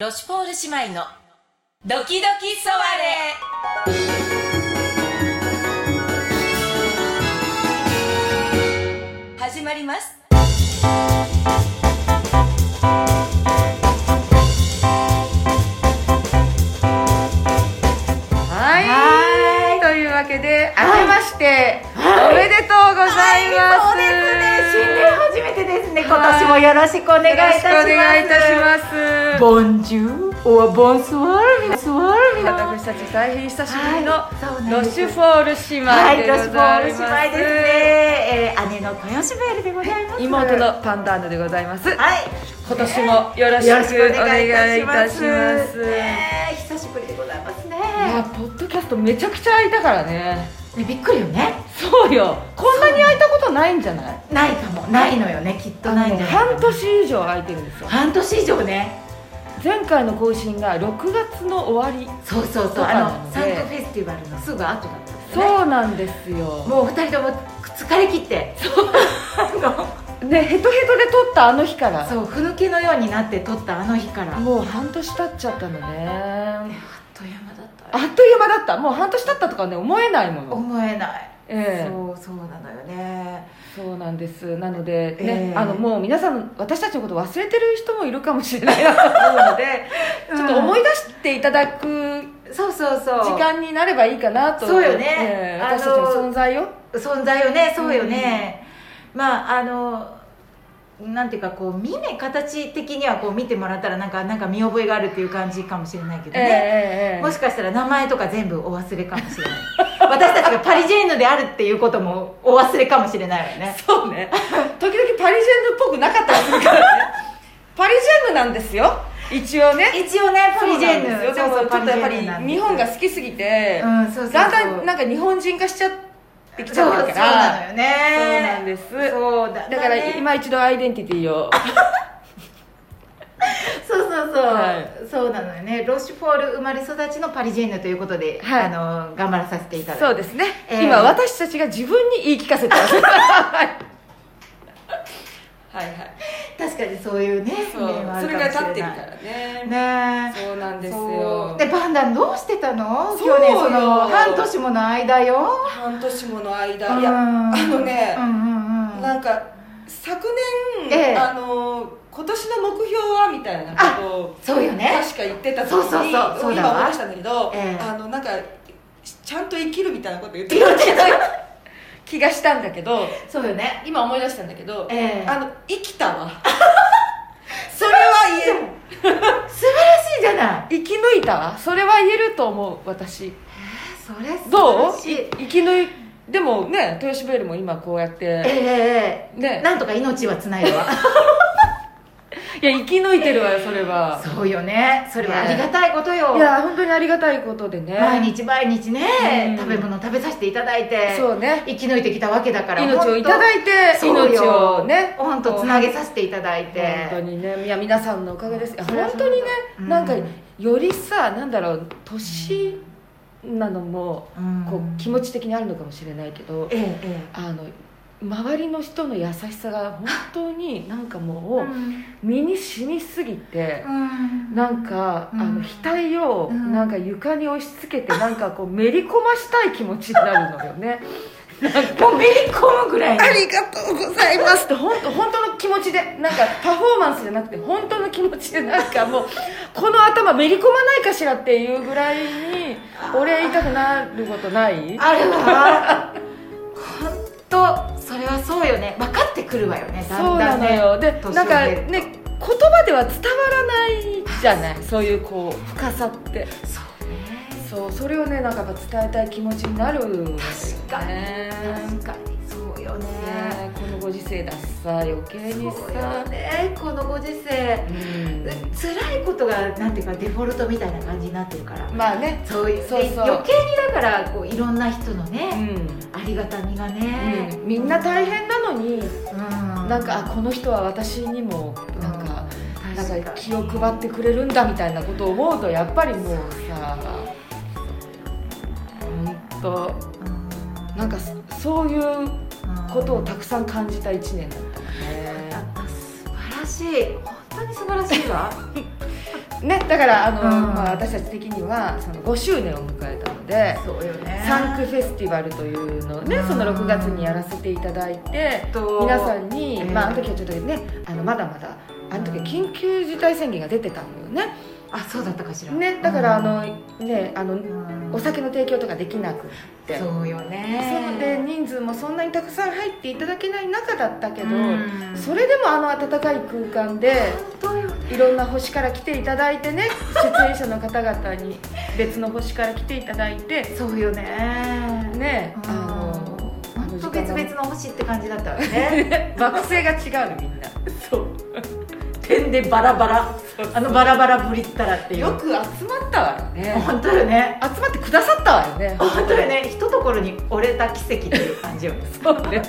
ロシュポール姉妹のドキドキソワレ始まりますはいはというわけで明はいけまして、はいおめでとうございます、そうですね。新年初めてですね。今年もよろしくお願いいよろたししくおます。願いいたしますボンジュール、オアボンスワールミ、スワールミ。私たち大変久しぶりの、はいそうなんロでッすシュフォール姉は妹い、でロシごボーざルい姉ます、妹ですね。えー、姉の豊島ベルでございます。妹のパンダーヌでございます、はい。今年もよろしくよろしくおお願願いいいいたたししまますす。ねえ久しぶりでございますね。いやポッドキャストめちゃくちゃ空いたからねねびっくりよね。そうよこんなに空いたことないんじゃないないかも、ないのよね。きっとあないのんじねゃないかな半。年以上空いてるんですよ半年以上ね。前回の更新が6月の終わりそうそうそそうう。なあののサでンドフェスティバルのすぐ後だったんですね。そうなんですよもう二人とも疲れ切って ねヘトヘトで撮ったあの日からそうふぬけのようになって撮ったあの日からあっもう半年経っちゃったのねという間だったあっという間だったもう半年経ったとかね思えないもの思えない、ええそうそうなのよねそうなんですなのでね、ええあのもう皆さん私たちのこと忘れてる人もいるかもしれないなと思うの でちょっと思い出していただくそうそうそう時間になればいいかなとそうよねええあの私たちの存在よ存在よねそうよね、まああのなんていうかこう見ね形的にはこう見てもらったらなんかなんか見覚えがあるっていう感じかもしれないけどええね、ええええもしかしたら名前とか全部お忘れかもしれない 私たちがパリジェーヌであるっていうこともお忘れかもしれないよね そうね時々パリジェンヌっぽくなかったりするからねパリジェンヌなんですよ一応ね一応ねパリジェそうーなんですヌよでもちょっとやっぱり日本が好きすぎて、うんそうそうそうだんだんなんか日本人化しちゃってきちそうゃそうってなるのからよそうねなんですそうだだからね今一度アイデンティティをそうそうそう、はいそうなのよねロッシュフォール生まれ育ちのパリジェンヌということで、はいあの頑張らさせていただいてそうですね、えー今私たちが自分に言い聞かせてます はいはいはい確かにそういうねそう面はあそれかがも立しってるかないらねねえそうなんですそようでパンダンどうしてたのそうよ去年その半年もの間よ半年もの間うんいやあのね、うんうんうんなんか昨年、ええあの今年の目標はみたいなことをそうよね確か言ってた時にそうそうそうそうだ今わ思い出したんだけど、ええあのなんかちゃんと生きるみたいなこと言って言たって 気がしたんだけどそうよね今思い出したんだけど、ええあの生きたわ それは言える素晴らしいじゃない生き抜いたわそれは言えると思う私それ素晴どらうしいい生き抜いでもね豊島ベルも今こうやっええてええねなんとか命はつないだわいや生き抜いてるわよそれはそうよねそれはありがたいことよいや本当にありがたいことでね毎日毎日ね、うん食べ物食べさせていただいてそうね生き抜いてきたわけだから命をいたいだいて命をね本当つなげさせていただいて本当にねいや皆さんのおかげですいやそれは本当にね、うんなんかよりさなんだろう年なのも、うんこう気持ち的にあるのかもしれないけど、えええあの周りの人の優しさが本当になんかえもうう身に染みすぎて、んなんか、うんあの額をうんなんか床に押し付けて、なんかこうめり込ましたい気持ちになるのよねもうめり込むぐらいのりがとうございますって本当本当の気持ちでなんかパフォーマンスじゃなくて本当の気持ちでなんかもうこの頭めり込まないかしらっていうぐらいにお礼言いたくなることないあるわ 本当それはそうよね分かってくるわよねだそんうだなんのねよで年をなんか経るとね言葉では伝わらないじゃないそういうこう深さってそうねそうそれをねなんかやっぱ伝えたい気持ちになるんだよね確かに確かにそうよねねこのご時世だしさ余計にそうよさねこのご時世うん辛いことがなんていうかデフォルトみたいな感じになってるからまあねそういうそうそう余計にだからこういろんな人のうね、んありがたみがね、うんみんな大変なのにうん、なんかあこの人は私にもなんか,、うんなん確かか気を配ってくれるんだみたいなことを思うとやっぱりもうさ本当うんなんかそそういううんことをたくさん感じた1年だったね素晴らしい本当に素晴らしいわね、だからあの、うんまあ、私たち的にはその5周年を迎えたので そうよねサンクフェスティバルというのをねうんその6月にやらせていただいてと皆さんに、えーまあ、あの時はちょっとねあのまだまだあの時は緊急事態宣言が出てたのよねあそうだったかしらねだからあうんの、ね、あのうんお酒の提供とかできなくってそそうよねうで人数もそんなにたくさん入っていただけない中だったけど、うんそれでもあの温かい空間で。本当よいろんな星から来ていただいてね出演者の方々に別の星から来ていただいてそうよねねうんあのあの本時当間別が々の星って感じだったわね惑星が違うのみんな そう点でバラバラあのバラバラぶりったらっていう よく集まったわよね本当よね 集まってくださったわよね本当よね一ところに折れた奇跡っていう感じよねそうね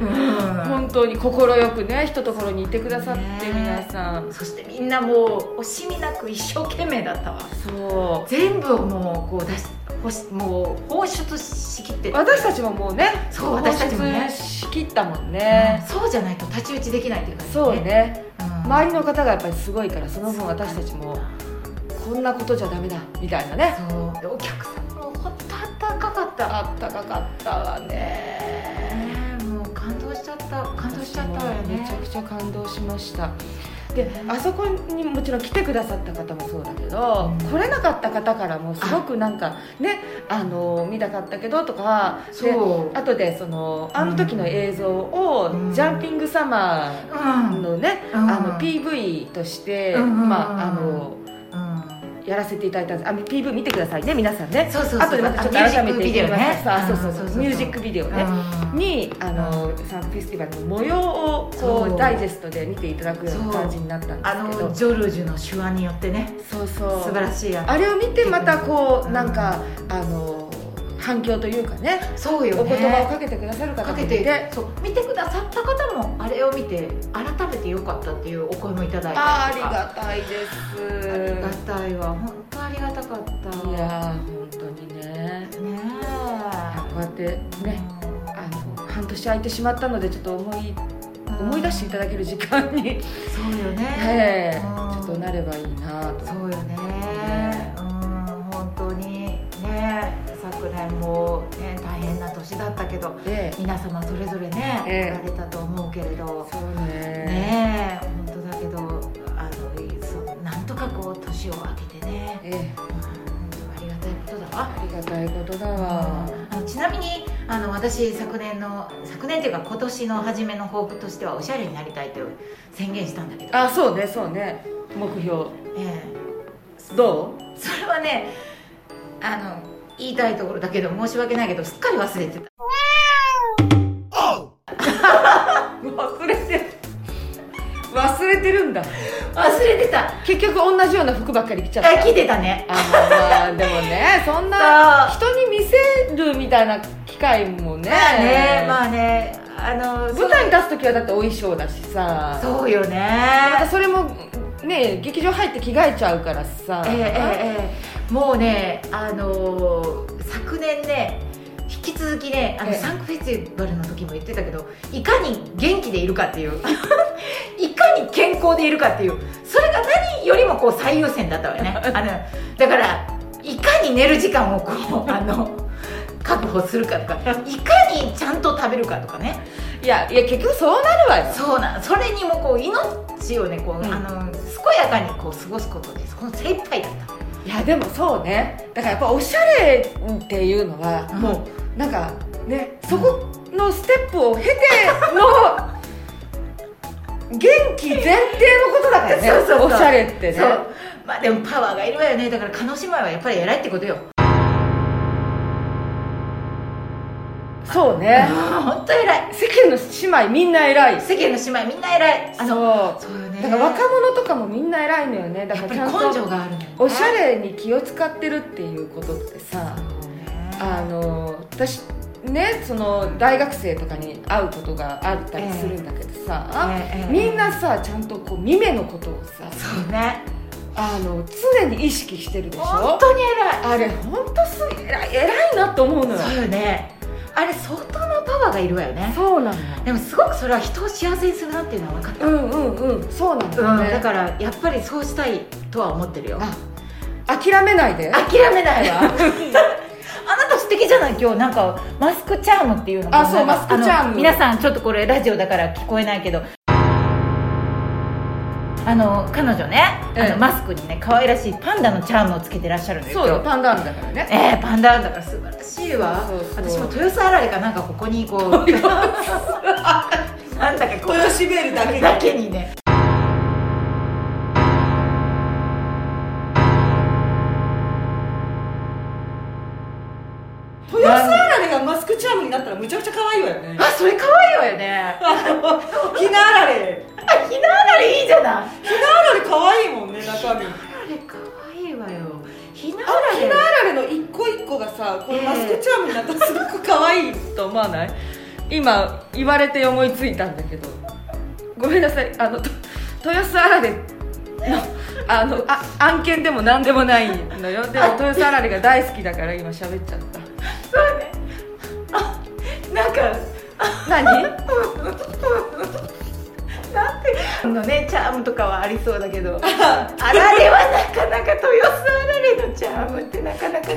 う本当に快くねひとところにいてくださっねて皆さんんそしてみんなもう惜しみなく一生懸命だったわそ全部をもうこう出しほしもう放出しきってう私たちももうねそう私たちもね放出しきったもんうんねそうじゃないと太刀打ちできないっていう感じそうねうん周りの方がやっぱりすごいからその分私たちもこんなことじゃダメだみたいなねそうでお客さんも本当暖かかったあったかかったわねねえもう感動しちゃった感動しちゃったわよめねちゃくちゃ感動しましたであそこにもちろん来てくださった方もそうだけど、うん来れなかった方からもすごくなんかねあの見たかったけどとかでそう後でそのあの時の映像を、うんジャンピングサマーうんのね、うんあの PV として、うんまああのうんやらせていただいたんですあ PV 見てくださいね皆さんねそうそうそうあとでまたちょっと改めて言いますあさあミそューうジックビデオねそうそううんそうそうそうミュージックビデオね、うんにあのサンフェスティバルの模様をこそううダイジェストで見ていただくような感じになったんあですけのどジョルジュの手話によってねそうそう素晴らしいやあれを見てまたこううんなんかあの反響というかねそうよねお言葉をかけてくださる方かもけいててそう見てくださった方もあれを見て改めてよかったっていうお声もいただいたあーありりとかがたいですありがたいわ本当ありがたかったいやー本当にねねこうやってねあの半年空いてしまったのでちょっと思いうん思い出していただける時間に、そうよね、ええうんちょっとなればいいなとそうよねうん本当にね昨年も、ね、大変な年だったけどで皆様それぞれね、ええやれたと思うけれどそうねねえ本当だけどあのそうなんとかこう年を明けてね、ええうん本当ありがたいことだわありがたいことだわあのちなみにあの私昨年の昨年というか今年の初めの抱負としてはおしゃれになりたいという宣言したんだけど、あそうねそうね目標えどえそれはねあの言いたいところだけど申し訳ないけどすっかり忘れてたう忘れてる忘れてるんだ忘れてた結局同じような服ばっかり着ちゃったあ聞いてたねあのまあでもねそんな人に見せるみたいな機会もね,、まあねまあねあの舞台に立つ時はだってお衣装だしさそうそうよねまたそれもね劇場入って着替えちゃうからさ、ええええええもうねあのー昨年ね引き続きねあの、ええサンクフェスティバルの時も言ってたけどいかに元気でいるかっていう いかに健康でいるかっていうそれが何よりもこう最優先だったわよ ねあのだからいかに寝る時間をこ うあの確保するかとかいかにちゃんと食べるかとかねいやいや結局そうなるわよそうなんそれにもこう命をねこう、うんあの健やかにこう過ごすことですこの精一杯だった。いやでもそうねだからやっぱおしゃれっていうのはうんもうなんかねそこのステップを経ての元気前提のことだからねそうそうそうおしゃれってねそうまあでもパワーがいるわよねだから叶姉妹はやっぱり偉いって ことよそうね本当偉い世間の姉妹みんな偉い世間の姉妹みんな偉いあのそうそうよねだから若者とかもみんな偉いのよねだやかっぱりらちゃん根と性があるのよねおしゃれに気を使ってるっていうことってさあの私ねその大学生とかに会うことがあったりするんだけどさ、ええええみんなさちゃんとこうミメのことをさそうねあの常に意識してるでしょ本当に偉いあれ本当す偉い偉いなと思うのよそうよねあれ相当なパワーがいるわよねそうなのでもすごくそれは人を幸せにするなっていうのは分かった、うんうんうんそうなうんの、ねだからやっぱりそうしたいとは思ってるよあ諦めないで諦めないわあなた素敵じゃない今日なんかマスクチャームっていうのがあそうマスクチャームあの皆さんちょっとこれラジオだから聞こえないけどあの彼女ね、あええのマスクにね可愛らしいパンダのチャームをつけてらっしゃるんですよそうよパンダームだからねええパンダだから素晴らしいわそうそう私も豊洲あられかなんかここにこうなんだかこ豊しめるだけれだけにね豊洲あられがマスクチャームになったらむちゃくちゃ可愛いわよねあそれ可愛いわよねひなあられあひなあられいいじゃないひなあられ可愛いもんね中身ひなあられ可愛いわよひなああらひれなあられの一個一個がさこのマスクチャームになったらすごく可愛いと思わない今言われて思いついたんだけどごめんなさいあのと豊洲あられのあのあ案件でも何でもないのよでも豊洲あられが大好きだから今喋っちゃったそうねあなんか何なんてあのねチャームとかはありそうだけ どあられはなかなか豊洲あられのチャームってなかなかない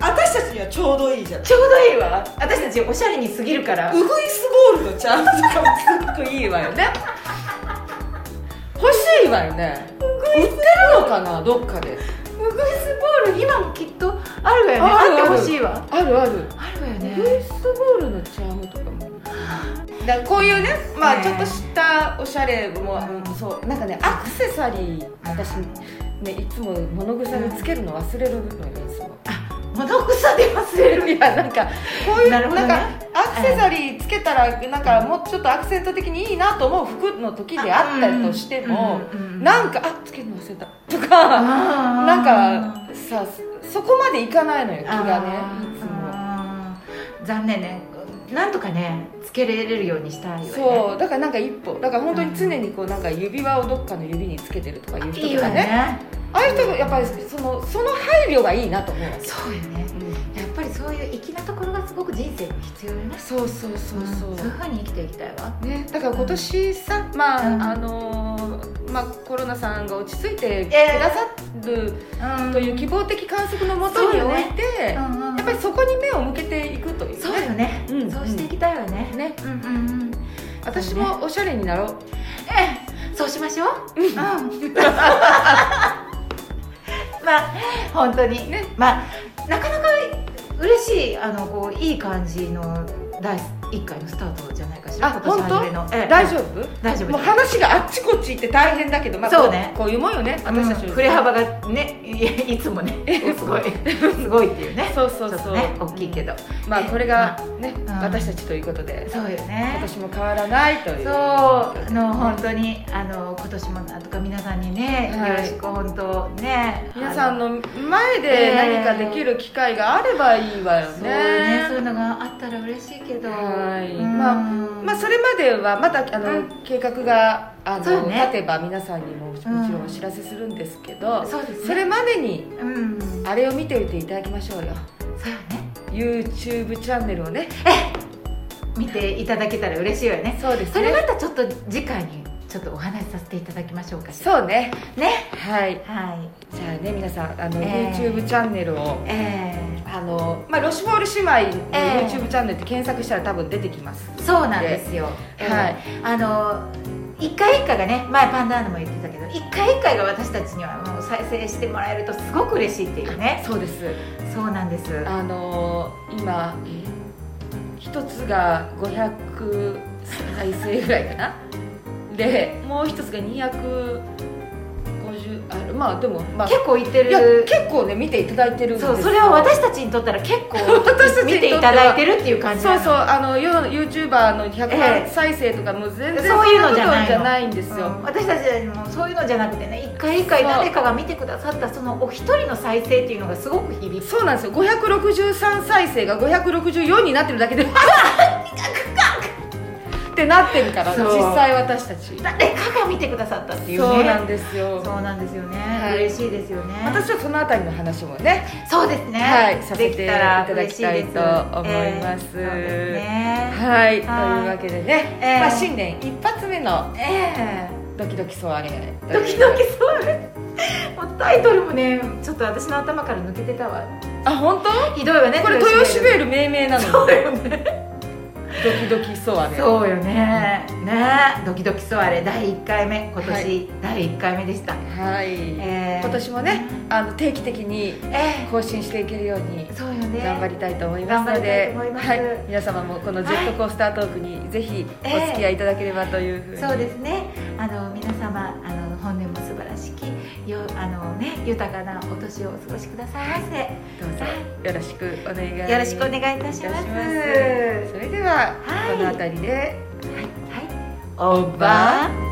私たちにはちょうどいいじゃんウちょうどいいわ私たちおしゃれに過ぎるからグイスボールのチャームとかもすごくいいわよねね欲しいわよね売ってるのかなどっかでウグイスボール今もきっとあるわよねあるああるってほしいわあるああるるわよフェイスボールのチャームとかもだからこういうね、まあ、ねちょっとしたおしゃれも、うんそうなんかねアクセサリー私ねいつも物草につけるの忘れるのよい つも物草で忘れるいやなんかこういうなな,、るほどねんかアクセサリーつけたらなんかもうちょっとアクセント的にいいなと思う服の時であったりとしても、うんうんうんなんかあつけるの忘れたとかななんかさそこまでいかないのよ気がねいつも。も残念ねなんとかねつけれるようにしたいわよねそうだからなんか一歩だから本当に常にこうなんか指輪をどっかの指につけてるとかいう人いいとかわねねああいう人がやっぱりそのその配慮がいいなと思うわけそうよねやっぱりそういう粋なところがすごく人生に必要よねそうそうそうそう、んそういうふうに生きていきたいわね、だから今年さまあ、うんあのーまあ、コロナさんが落ち着いてくええださるという希望的観測のもとにおいて、ややっぱりそこに目を向けていくというねそうよねうんそうしていきたいわねねうんうんうん私もおしゃれになろうええそうしましょううん まあ本当にねまあなかなか嬉しいあのこういい感じの第1回のスタートじゃないかしらあ今年本当初めの、ええ大丈夫大丈夫もう話があっちこっち行って大変だけど、まあ、そうねこうこういうもんよねうん私たち、振れ幅がねいやいつも ねすごいすごいっていうねそうそうそちょうっとね大きいけどまあこれがね、ん私たちということでそうよ今ね年も変わらないというそうあの本当にあの今年もなんとか皆さんにね、はいよろしく本当ね皆さあのんの前で何かできる機会があればいいわよそうねねそういうのがあったら嬉しいけどはいうんまあまあそれまではまだあの、うん計画があその、うね立てば皆さんにももちろうんんお知らせするんですけど、そうですねそれまでにうんそうよあれを見ておいていただきましょうよね YouTube チャンネルをね見ていただけたら嬉しいよねそうですそれねまたちょっと次回にちょっとお話しさせていただきましょうかしらそうねねはいはいじゃあね皆さんあの、えー YouTube チャンネルをえあの、まあ、ロシュボール姉妹のええ YouTube チャンネルって検索したら多分出てきます、ーそうなんですよ、ええーはいあの一回一回がね前パンダーナも言ってたけど一回一回が私たちにはもう再生してもらえるとすごく嬉しいっていうねそうですそうなんですあの今一つが500再生ぐらいかなでもう一つが250あるまあでもまあ結構いっていやる結構ね見ていただいてるんですそうそれは私たちにとったら結構 私たちにとっては見ていただいてるっていう感じそなうのそうあの世の YouTuber のええ100再生とかもう全然そういうのそんなことじじゃゃなないんですよ、うん私たちもそういうのじゃなくてね一回一回そう誰かが見てくださったそのお一人の再生っていうのがすごく響くそうなんですよ563再生が564になってるだけでってってなってるからそう実際私たち誰かが見てくださったっていうねそうなんですよそうなんですよね、はい嬉しいですよねまたちょっとそのあたりの話もねそうですね、はいさせてできたら嬉しいですいただきたいと思いますえーそうですねはいというはいわけでね、えーまあ、新年一発目のええドキドキソワレンとドいうキドキそうですもうタイトルもねちょっと私の頭から抜けてたわあ本当ひどいわねこれ豊シベル命名なのにそうよねドキドキソワレンそうよねねドキドキソワレ第1回目今年、はい第1回目でした、はい、えー今年もねあの定期的にえ更新していけるようにえそうよね頑張りたいと思いますので、頑張りはたいと思いますい、皆様もこのジェットコースタートークにぜひお付き合いいただければというふうに、そうですね。あの皆様あの本年も素晴らしきよあのね豊かなお年をお過ごしくださいませ。どうぞよろしくお願いよろしくお願いいたしいたます。しますそれでは、はいこの辺りではい。オーバー。